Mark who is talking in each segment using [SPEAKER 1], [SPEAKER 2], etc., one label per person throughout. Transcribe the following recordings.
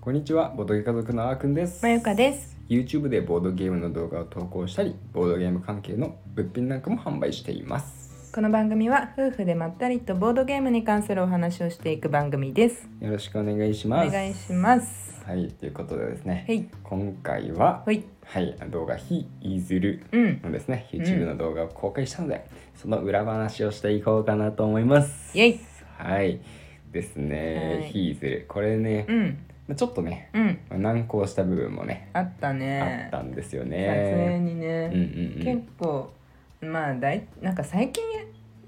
[SPEAKER 1] こんにちはボードゲ家族のあーくんです
[SPEAKER 2] まゆかです
[SPEAKER 1] YouTube でボードゲームの動画を投稿したりボードゲーム関係の物品なんかも販売しています
[SPEAKER 2] この番組は夫婦でまったりとボードゲームに関するお話をしていく番組です
[SPEAKER 1] よろしくお願いし
[SPEAKER 2] お
[SPEAKER 1] ます
[SPEAKER 2] 願いします
[SPEAKER 1] はいということでですね、
[SPEAKER 2] はい
[SPEAKER 1] 今回は
[SPEAKER 2] はい
[SPEAKER 1] はい動画「非いずる
[SPEAKER 2] うん」
[SPEAKER 1] のですね
[SPEAKER 2] ん
[SPEAKER 1] YouTube の動画を公開したので、その裏話をしていこうかなと思います
[SPEAKER 2] イエイ
[SPEAKER 1] はいです
[SPEAKER 2] は
[SPEAKER 1] ね「
[SPEAKER 2] い
[SPEAKER 1] 非いずる」これね
[SPEAKER 2] う、ん
[SPEAKER 1] まあちょっとね
[SPEAKER 2] うん
[SPEAKER 1] まあ難航した部分もね
[SPEAKER 2] あった
[SPEAKER 1] あ
[SPEAKER 2] ね
[SPEAKER 1] ったんですよ
[SPEAKER 2] 撮影
[SPEAKER 1] ね
[SPEAKER 2] に
[SPEAKER 1] うんうん
[SPEAKER 2] ね、
[SPEAKER 1] うん
[SPEAKER 2] 結構まあだいなんか最近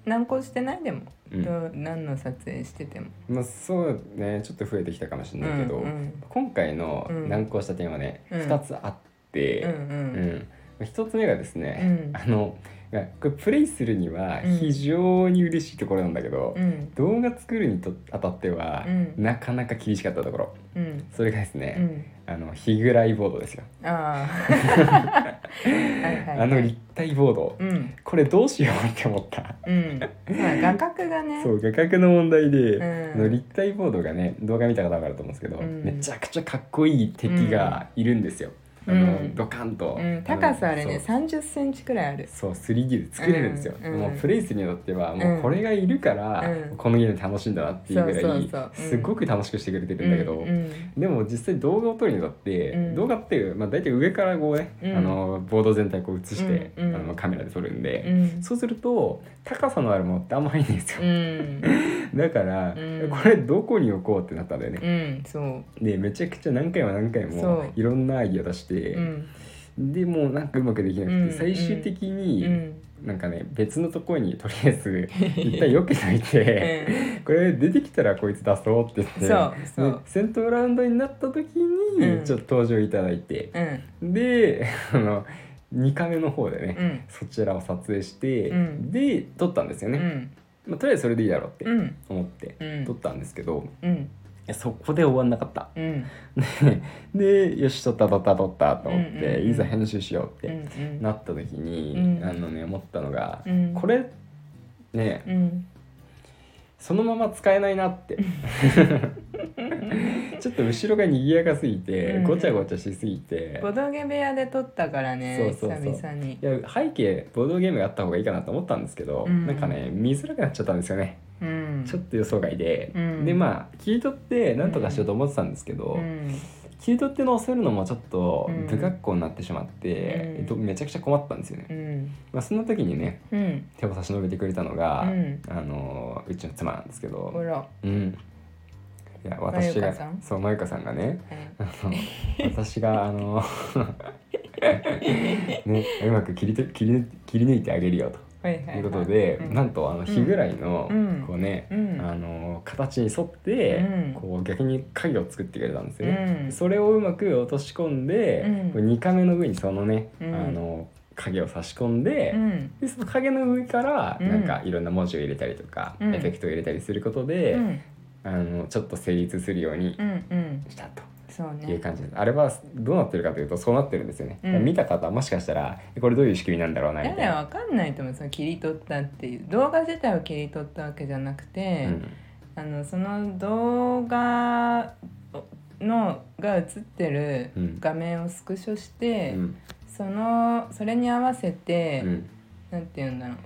[SPEAKER 2] 難航してないでも、
[SPEAKER 1] うん
[SPEAKER 2] どう何の撮影してても
[SPEAKER 1] まあ、そうねちょっと増えてきたかもしれないけど、
[SPEAKER 2] うんうん
[SPEAKER 1] 今回の難航した点はね、
[SPEAKER 2] うん
[SPEAKER 1] 2つあっ
[SPEAKER 2] うん
[SPEAKER 1] て、うん1つ目がですね、
[SPEAKER 2] うん
[SPEAKER 1] あのこれプレイするには
[SPEAKER 2] うん
[SPEAKER 1] 非常に嬉しいところなんだけど、
[SPEAKER 2] うんうん
[SPEAKER 1] 動画作るにとあたっては、
[SPEAKER 2] うん
[SPEAKER 1] なかなか厳しかったところ
[SPEAKER 2] うん
[SPEAKER 1] それがです
[SPEAKER 2] う
[SPEAKER 1] ね、
[SPEAKER 2] ん
[SPEAKER 1] あの日ぐらいボードですよ、
[SPEAKER 2] あ ーはいはい、はい、
[SPEAKER 1] あの立体ボード、
[SPEAKER 2] うん
[SPEAKER 1] これどうしようって思った。
[SPEAKER 2] うんまあ画角が ね
[SPEAKER 1] そう画角の問題で、
[SPEAKER 2] うん
[SPEAKER 1] あの立体ボードがね動画見た方分かると思うんですけど、
[SPEAKER 2] うん
[SPEAKER 1] めちゃくちゃかっこいい敵がいるんですよ、
[SPEAKER 2] うん
[SPEAKER 1] あの
[SPEAKER 2] うん
[SPEAKER 1] ドカンと、
[SPEAKER 2] うん、高さあれ
[SPEAKER 1] の
[SPEAKER 2] ね3 0ンチくらいある
[SPEAKER 1] そう 3D で作れるんですよ、
[SPEAKER 2] うんうん
[SPEAKER 1] もうプレイするにあたってはもううんこれがいるから、
[SPEAKER 2] うん
[SPEAKER 1] このゲーム楽しいんだなっていうぐらい
[SPEAKER 2] そうそうそううん
[SPEAKER 1] すごく楽しくしてくれてるんだけど、
[SPEAKER 2] うんうん
[SPEAKER 1] でも実際動画を撮るにあたって、
[SPEAKER 2] うん
[SPEAKER 1] 動画っていう、まあ、大体上からこうね、
[SPEAKER 2] うん
[SPEAKER 1] あのボード全体こう映して、
[SPEAKER 2] うんうん
[SPEAKER 1] あのカメラで撮るんで、
[SPEAKER 2] うん
[SPEAKER 1] そうすると高さのあるものってあんまりいないんですよ
[SPEAKER 2] う、ん、
[SPEAKER 1] だから、
[SPEAKER 2] うん
[SPEAKER 1] これどこに置こうってなったんだよね
[SPEAKER 2] う、ん、そう、
[SPEAKER 1] でめちゃくちゃ何回も何回
[SPEAKER 2] そ
[SPEAKER 1] も
[SPEAKER 2] う
[SPEAKER 1] いろんなアイディア出して、
[SPEAKER 2] うん、
[SPEAKER 1] でもうなんかうまくできなくて、
[SPEAKER 2] うん
[SPEAKER 1] 最終的
[SPEAKER 2] う
[SPEAKER 1] に、
[SPEAKER 2] ん、
[SPEAKER 1] なんかね別のところにとりあえ ず一旦よけといて、これ出てきたらこいつ出そうって言って
[SPEAKER 2] そう、そ
[SPEAKER 1] で
[SPEAKER 2] う、
[SPEAKER 1] 戦闘ラウンドになった時
[SPEAKER 2] う
[SPEAKER 1] に
[SPEAKER 2] ん
[SPEAKER 1] ちょっと登場いただいて、
[SPEAKER 2] うん、
[SPEAKER 1] で あの2カメの方でね、
[SPEAKER 2] うん、
[SPEAKER 1] そちらを撮影して、
[SPEAKER 2] うん
[SPEAKER 1] で撮ったんですよ
[SPEAKER 2] う
[SPEAKER 1] ね、
[SPEAKER 2] ん、
[SPEAKER 1] まあ、とりあえずそれでいいだろうって
[SPEAKER 2] うん、
[SPEAKER 1] 思って
[SPEAKER 2] うん
[SPEAKER 1] 撮ったんですけど、
[SPEAKER 2] うん、
[SPEAKER 1] いやそこで終わんなかった。
[SPEAKER 2] うん、
[SPEAKER 1] でよし撮った撮った撮ったと思って、
[SPEAKER 2] うんうんうん
[SPEAKER 1] いざ編集しようっ
[SPEAKER 2] う
[SPEAKER 1] て
[SPEAKER 2] ん、うん、
[SPEAKER 1] なった時に、
[SPEAKER 2] うん
[SPEAKER 1] あのね思ったのが、
[SPEAKER 2] うん
[SPEAKER 1] これね
[SPEAKER 2] うん、
[SPEAKER 1] そのまま使えないなって ちょっと後ろが賑やかすぎて、
[SPEAKER 2] うん
[SPEAKER 1] ごちゃごちゃしすぎて、
[SPEAKER 2] ボドゲ部屋で撮ったからね、
[SPEAKER 1] そうそうそう
[SPEAKER 2] 久々に、
[SPEAKER 1] いや背景ボードゲームがあった方がいいかなと思ったんですけど、
[SPEAKER 2] うん
[SPEAKER 1] なんかね見づらくなっちゃったんですよね、
[SPEAKER 2] うん、
[SPEAKER 1] ちょっと予想外で、
[SPEAKER 2] うん
[SPEAKER 1] でまあ切り取ってなんとかしようと思ってたんですけど、
[SPEAKER 2] うん、
[SPEAKER 1] 切り取って載せるのもちょっと
[SPEAKER 2] うん
[SPEAKER 1] 不格好になってしまって、
[SPEAKER 2] うん
[SPEAKER 1] えっとめちゃくちゃ困ったんですよね、
[SPEAKER 2] うん、
[SPEAKER 1] まあ、そんな時にね
[SPEAKER 2] うん、
[SPEAKER 1] 手を差し伸べてくれたのが、
[SPEAKER 2] うん、
[SPEAKER 1] あのうちの妻なんですけ
[SPEAKER 2] ほ
[SPEAKER 1] ど、
[SPEAKER 2] ら、は
[SPEAKER 1] うん、いや私
[SPEAKER 2] まゆ
[SPEAKER 1] が
[SPEAKER 2] かさん
[SPEAKER 1] そうまゆかさんがね
[SPEAKER 2] い
[SPEAKER 1] あの私があ のねうまく切りと切り切り抜いてあげるよと
[SPEAKER 2] はいはいい、
[SPEAKER 1] うことで、
[SPEAKER 2] うん
[SPEAKER 1] なんとあの日ぐらいの、
[SPEAKER 2] うん
[SPEAKER 1] こうね、
[SPEAKER 2] うん
[SPEAKER 1] あの形に沿って、
[SPEAKER 2] うん
[SPEAKER 1] こう逆に影を作ってくれたんですよね。
[SPEAKER 2] うん、
[SPEAKER 1] それをうまく落とし込んで、
[SPEAKER 2] うん
[SPEAKER 1] こう2カメの上にそのね、
[SPEAKER 2] うん
[SPEAKER 1] あの影を差し込んで,、
[SPEAKER 2] うん、
[SPEAKER 1] でその影の上から
[SPEAKER 2] うん
[SPEAKER 1] なんかいろんな文字を入れたりとか、
[SPEAKER 2] うん
[SPEAKER 1] エフェクトを入れたりすることで、
[SPEAKER 2] うん、
[SPEAKER 1] あのちょっと成立するように
[SPEAKER 2] うん、うん、
[SPEAKER 1] したと
[SPEAKER 2] そう
[SPEAKER 1] いう
[SPEAKER 2] ね、
[SPEAKER 1] 感じです、あれはどうなってるかというとそうなってるんですよね、
[SPEAKER 2] うん
[SPEAKER 1] 見た方はもしかしたらこれどういう仕組みなんだろうなみた
[SPEAKER 2] や
[SPEAKER 1] い
[SPEAKER 2] だよ
[SPEAKER 1] な。
[SPEAKER 2] わかんないと思うその切り取ったっていう動画自体を切り取ったわけじゃな
[SPEAKER 1] う
[SPEAKER 2] くて、
[SPEAKER 1] ん
[SPEAKER 2] あのその動画のが映ってる
[SPEAKER 1] うん
[SPEAKER 2] 画面をスクショし
[SPEAKER 1] う
[SPEAKER 2] て、
[SPEAKER 1] ん
[SPEAKER 2] そのそれに合わせ
[SPEAKER 1] う
[SPEAKER 2] て、
[SPEAKER 1] ん
[SPEAKER 2] なんていうんだろう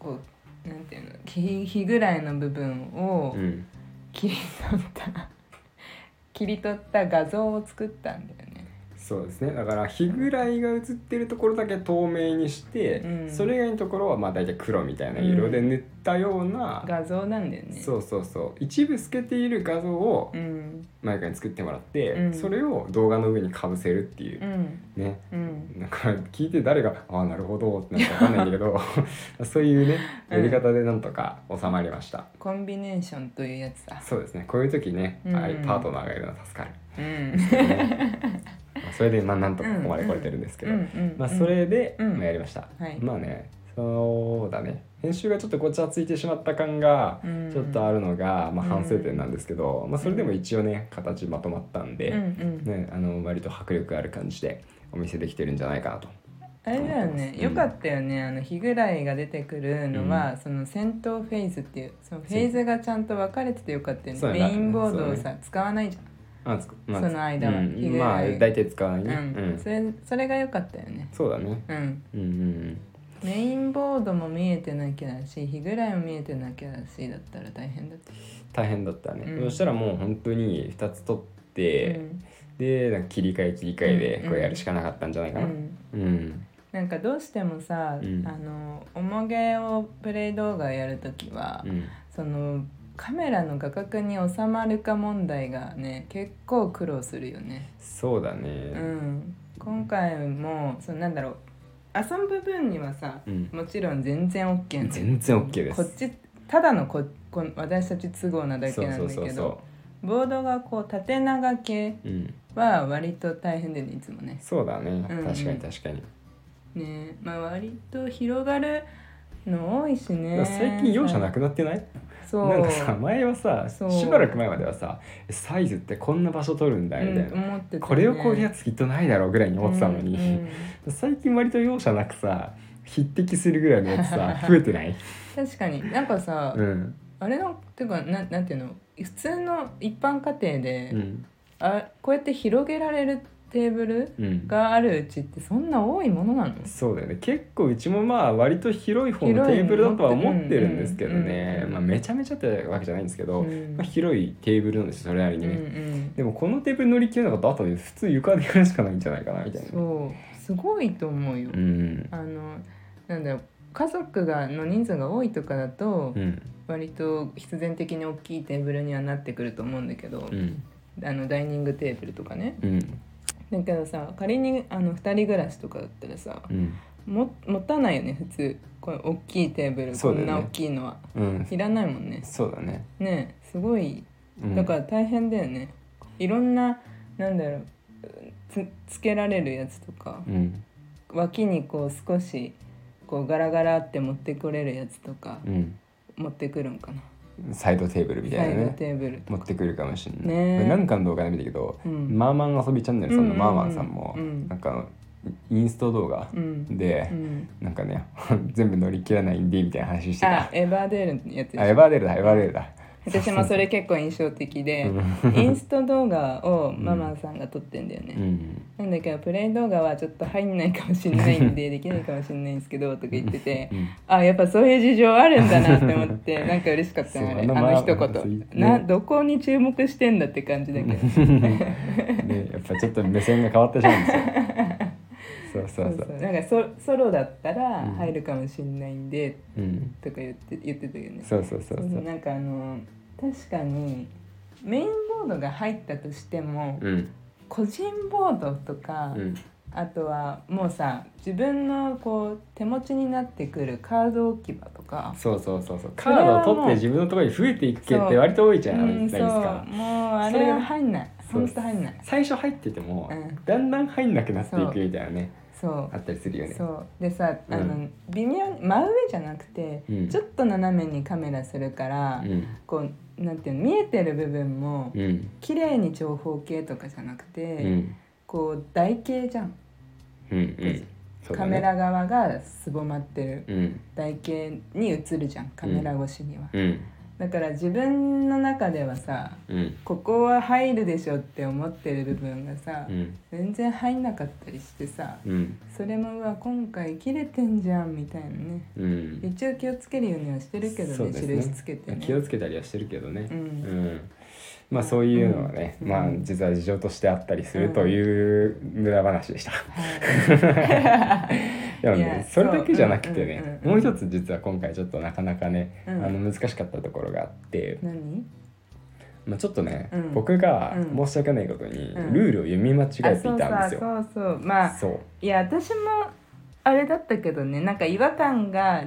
[SPEAKER 2] こうなんていうの日日ぐらいの部分を
[SPEAKER 1] うん
[SPEAKER 2] 切り取った、 切り取った画像を作ったんだよね。
[SPEAKER 1] そうですねだから日ぐらいが映ってるところだけ透明にして、
[SPEAKER 2] うん
[SPEAKER 1] それ以外のところはまあ大体黒みたいな色で塗ったような、
[SPEAKER 2] 画像なんだよね。
[SPEAKER 1] そうそうそう一部透けている画像を
[SPEAKER 2] うん
[SPEAKER 1] マイカに作ってもらって、
[SPEAKER 2] うん
[SPEAKER 1] それを動画の上にかぶせるっていう
[SPEAKER 2] う、ん
[SPEAKER 1] ね
[SPEAKER 2] うん
[SPEAKER 1] なんか聞いて誰が「ああなるほど」ってなんかわかんないんだけ どそういうねやり方でなんとか収まりました、
[SPEAKER 2] コンビネーションというやつだ。
[SPEAKER 1] そうですねこういう時ね、
[SPEAKER 2] うん
[SPEAKER 1] ああいうパートナーがいるのは助かる、
[SPEAKER 2] うん
[SPEAKER 1] ねまあそれでまあなんとかここまで来れてるんですけど、
[SPEAKER 2] うんうん
[SPEAKER 1] まあ、それで、
[SPEAKER 2] うん
[SPEAKER 1] まあ、やりました、
[SPEAKER 2] はい
[SPEAKER 1] まあねそうだね編集がちょっとごちゃついてしまった感が
[SPEAKER 2] うん
[SPEAKER 1] ちょっとあるのが、まあ、反省点なんですけど、まあ、それでも一応ね形まとまったんで、
[SPEAKER 2] うんうん
[SPEAKER 1] ね、あの割と迫力ある感じでお見せできてるんじゃないかなと。
[SPEAKER 2] あれだよね、
[SPEAKER 1] うん
[SPEAKER 2] よかったよねあの日ぐらいが出てくるのは、その戦闘フェーズっていうそのフェーズがちゃんと分かれててよかったよね
[SPEAKER 1] そう
[SPEAKER 2] メ
[SPEAKER 1] やな
[SPEAKER 2] インボードを
[SPEAKER 1] そう
[SPEAKER 2] さ、使わないじゃん
[SPEAKER 1] あつくまあ
[SPEAKER 2] その間は
[SPEAKER 1] う
[SPEAKER 2] ひぐ
[SPEAKER 1] ん、
[SPEAKER 2] ら
[SPEAKER 1] まあ
[SPEAKER 2] い
[SPEAKER 1] 大体使わない
[SPEAKER 2] うん、
[SPEAKER 1] ね、うん
[SPEAKER 2] それそれが良かったよね
[SPEAKER 1] そうだね
[SPEAKER 2] うん
[SPEAKER 1] うんうん
[SPEAKER 2] メインボードも見えてなきゃだし日ぐらいも見えてなきゃだしだったら大変だって
[SPEAKER 1] 大変だったね、
[SPEAKER 2] うん
[SPEAKER 1] そしたらもう本当に2つ取って、
[SPEAKER 2] うん
[SPEAKER 1] でなんか切り替え切り替え
[SPEAKER 2] うんう
[SPEAKER 1] で
[SPEAKER 2] ん
[SPEAKER 1] これやるしかなかったんじゃないかな
[SPEAKER 2] うん
[SPEAKER 1] うん
[SPEAKER 2] なんかどうしてもさ、
[SPEAKER 1] うん
[SPEAKER 2] あのおもげをプレイ動画やるときは、
[SPEAKER 1] うん
[SPEAKER 2] そのカメラの画角に収まるか問題がね結構苦労するよね。
[SPEAKER 1] そうだ
[SPEAKER 2] う
[SPEAKER 1] ね
[SPEAKER 2] ん、今回もそのなんだろう遊ぶ分にはさ
[SPEAKER 1] うん、
[SPEAKER 2] もちろん全然 OK なの
[SPEAKER 1] 全然 OK です
[SPEAKER 2] こっちただのここ私たち都合なだ
[SPEAKER 1] そ
[SPEAKER 2] け
[SPEAKER 1] う
[SPEAKER 2] な
[SPEAKER 1] そ
[SPEAKER 2] ん
[SPEAKER 1] う
[SPEAKER 2] だ
[SPEAKER 1] そう
[SPEAKER 2] けど
[SPEAKER 1] そ
[SPEAKER 2] ボードがこう縦長系
[SPEAKER 1] ううん
[SPEAKER 2] は割と大変でねいつもね。
[SPEAKER 1] そうだね
[SPEAKER 2] うんうん
[SPEAKER 1] 確かに確かに、
[SPEAKER 2] ねまあ割と広がるの多いし
[SPEAKER 1] でも
[SPEAKER 2] ね
[SPEAKER 1] 最近容赦なくなってない、
[SPEAKER 2] そう
[SPEAKER 1] なんかさ前はさ
[SPEAKER 2] そう
[SPEAKER 1] しばらく前まではさサイズってこんな場所取るんだみたいな、
[SPEAKER 2] うん思ってたね
[SPEAKER 1] これをこういうやつきっとないだろうぐらいに思ってたのに、
[SPEAKER 2] うんうん
[SPEAKER 1] 最近割と容赦なくさ匹敵するぐらいのやつさ増えて ない
[SPEAKER 2] 確かになんかさ、
[SPEAKER 1] うん
[SPEAKER 2] あれのっていうかなんなんていうの普通の一般家庭で、
[SPEAKER 1] うん
[SPEAKER 2] あこうやって広げられるテーブル
[SPEAKER 1] うん
[SPEAKER 2] があるうちってそんな多いものなの
[SPEAKER 1] そうだよね結構うちもまあ割と広い方の
[SPEAKER 2] 広い
[SPEAKER 1] テーブルだとは思ってるんですけど
[SPEAKER 2] うんうん
[SPEAKER 1] ね
[SPEAKER 2] うん
[SPEAKER 1] まあめちゃめちゃってわけじゃないんですけど、
[SPEAKER 2] うん
[SPEAKER 1] まあ、広いテーブルなんですよそれなりに
[SPEAKER 2] うん
[SPEAKER 1] ね、
[SPEAKER 2] うん
[SPEAKER 1] でもこのテーブル乗り切れなかったあと普通床でやるしかないんじゃないかなみたいな
[SPEAKER 2] そうすごいと思うよ、
[SPEAKER 1] うん
[SPEAKER 2] あのなんだろう家族がの人数が多いとかだと、
[SPEAKER 1] うん
[SPEAKER 2] 割と必然的に大きいテーブルにはなってくると思うんだけど
[SPEAKER 1] う、ん
[SPEAKER 2] あのダイニングテーブルとかね
[SPEAKER 1] うん
[SPEAKER 2] だけどさ仮にあの2人暮らしとかだったらさ
[SPEAKER 1] うん
[SPEAKER 2] も持たないよね普通これ大きいテーブル、
[SPEAKER 1] そ
[SPEAKER 2] こ
[SPEAKER 1] うだ
[SPEAKER 2] ん
[SPEAKER 1] よね
[SPEAKER 2] な大きいのは
[SPEAKER 1] うん
[SPEAKER 2] いらないもんね
[SPEAKER 1] そうだね、
[SPEAKER 2] ねえすごい
[SPEAKER 1] うん、
[SPEAKER 2] だから大変だよね、いろんななんだろうつつけられるやつとか
[SPEAKER 1] うん
[SPEAKER 2] 脇にこう少しこうガラガラって持ってこれるやつとか
[SPEAKER 1] うん
[SPEAKER 2] 持ってくるんかな
[SPEAKER 1] サイドテーブルみた
[SPEAKER 2] サ
[SPEAKER 1] い
[SPEAKER 2] イ
[SPEAKER 1] な
[SPEAKER 2] ド
[SPEAKER 1] ね
[SPEAKER 2] テーブルと
[SPEAKER 1] 持ってくるかもしれない、
[SPEAKER 2] ねえ
[SPEAKER 1] これなんかの動画で見たけど、
[SPEAKER 2] うん
[SPEAKER 1] マーマン遊びチャンネルさんのマーマンさんも、
[SPEAKER 2] うんうんうん
[SPEAKER 1] なんかあのインスト動画
[SPEAKER 2] うん
[SPEAKER 1] で、
[SPEAKER 2] うん
[SPEAKER 1] なんかね全部乗り切らないんでみたいな話して
[SPEAKER 2] あ
[SPEAKER 1] た
[SPEAKER 2] エバーデールのやつでしょ
[SPEAKER 1] あエバーデルだエバーデルだ
[SPEAKER 2] 私もそれ結構印象的でインスト動画をママさんが撮ってんだよ
[SPEAKER 1] う
[SPEAKER 2] ね、
[SPEAKER 1] ん
[SPEAKER 2] なんだけどプレイ動画はちょっと入んないかもしれないんでできないかもしれないんですけどとか言ってて
[SPEAKER 1] うん
[SPEAKER 2] あやっぱそういう事情あるんだなって思ってなんか嬉しかったよあれ あ
[SPEAKER 1] そうあの
[SPEAKER 2] の一
[SPEAKER 1] まあ
[SPEAKER 2] 言、
[SPEAKER 1] ね
[SPEAKER 2] などこに注目してんだって感じだけど
[SPEAKER 1] ねやっぱちょっと目線が変わってしまうんですよそう
[SPEAKER 2] そ
[SPEAKER 1] そううそう
[SPEAKER 2] そうなんかソソロだったら
[SPEAKER 1] うん
[SPEAKER 2] 入るかもしれないんで
[SPEAKER 1] うん
[SPEAKER 2] とか言って言ってたよね
[SPEAKER 1] そうそうそうそ
[SPEAKER 2] そうそう
[SPEAKER 1] う
[SPEAKER 2] なんかあの確かにメインボードが入ったとしても、
[SPEAKER 1] うん
[SPEAKER 2] 個人ボードとか、
[SPEAKER 1] うん
[SPEAKER 2] あとはもうさ自分のこう手持ちになってくるカード置き場とか
[SPEAKER 1] そうそうそうそう
[SPEAKER 2] そ
[SPEAKER 1] カ
[SPEAKER 2] れ
[SPEAKER 1] ー
[SPEAKER 2] はもう
[SPEAKER 1] ドを取って自分のところに増えていく系っ
[SPEAKER 2] そう
[SPEAKER 1] て割と多いじ
[SPEAKER 2] う
[SPEAKER 1] ゃないで
[SPEAKER 2] ん
[SPEAKER 1] す
[SPEAKER 2] そう
[SPEAKER 1] か
[SPEAKER 2] もうあ
[SPEAKER 1] それ
[SPEAKER 2] れ
[SPEAKER 1] が
[SPEAKER 2] は入んない
[SPEAKER 1] そ
[SPEAKER 2] ほ
[SPEAKER 1] うん
[SPEAKER 2] と入んない
[SPEAKER 1] 最初入ってても
[SPEAKER 2] うん
[SPEAKER 1] だんだん入んなくなってい
[SPEAKER 2] そう
[SPEAKER 1] くみたいなね
[SPEAKER 2] そう
[SPEAKER 1] あったりするよね
[SPEAKER 2] そうでさあの、
[SPEAKER 1] うん
[SPEAKER 2] 微妙に真上じゃなくて、
[SPEAKER 1] うん
[SPEAKER 2] ちょっと斜めにカメラするから、
[SPEAKER 1] うん
[SPEAKER 2] こうなんていうの見えてる部分も
[SPEAKER 1] うん
[SPEAKER 2] 綺麗に長方形とかじゃなくて、
[SPEAKER 1] うん
[SPEAKER 2] こう台形じゃん、
[SPEAKER 1] うんうんそう
[SPEAKER 2] カ
[SPEAKER 1] だ
[SPEAKER 2] メ
[SPEAKER 1] ね
[SPEAKER 2] ラ側がすぼまってる
[SPEAKER 1] うん
[SPEAKER 2] 台形に映るじゃんカメラ越しには、
[SPEAKER 1] うん
[SPEAKER 2] だから自分の中ではさ
[SPEAKER 1] うん
[SPEAKER 2] ここは入るでしょって思ってる部分がさ、
[SPEAKER 1] うん
[SPEAKER 2] 全然入んなかったりしてさ
[SPEAKER 1] うん
[SPEAKER 2] それもうわ今回切れてんじゃんみたいなね
[SPEAKER 1] うん
[SPEAKER 2] 一応気をつけるようにはしてるけど
[SPEAKER 1] そ
[SPEAKER 2] ね
[SPEAKER 1] うですね
[SPEAKER 2] 印つけてね
[SPEAKER 1] 気をつけたりはしてるけどね
[SPEAKER 2] うん
[SPEAKER 1] まあそういうのはね、
[SPEAKER 2] うん
[SPEAKER 1] まあ実は事情としてあったりするという無駄話でした、 でも
[SPEAKER 2] いや
[SPEAKER 1] ねそれだけじゃなくて
[SPEAKER 2] そううんうん
[SPEAKER 1] ね、
[SPEAKER 2] うん
[SPEAKER 1] もう一つ実は今回ちょっとなかなかね、
[SPEAKER 2] うん
[SPEAKER 1] あの難しかったところがあって、
[SPEAKER 2] 何
[SPEAKER 1] まあ、ちょっとね、
[SPEAKER 2] うん
[SPEAKER 1] 僕が
[SPEAKER 2] うん
[SPEAKER 1] 申し訳ないことに
[SPEAKER 2] うん
[SPEAKER 1] ルールを読み間違えていたんですよ、
[SPEAKER 2] あそうさそうそうまあ
[SPEAKER 1] そう
[SPEAKER 2] いや私もあれだったけどねなんか違和感が若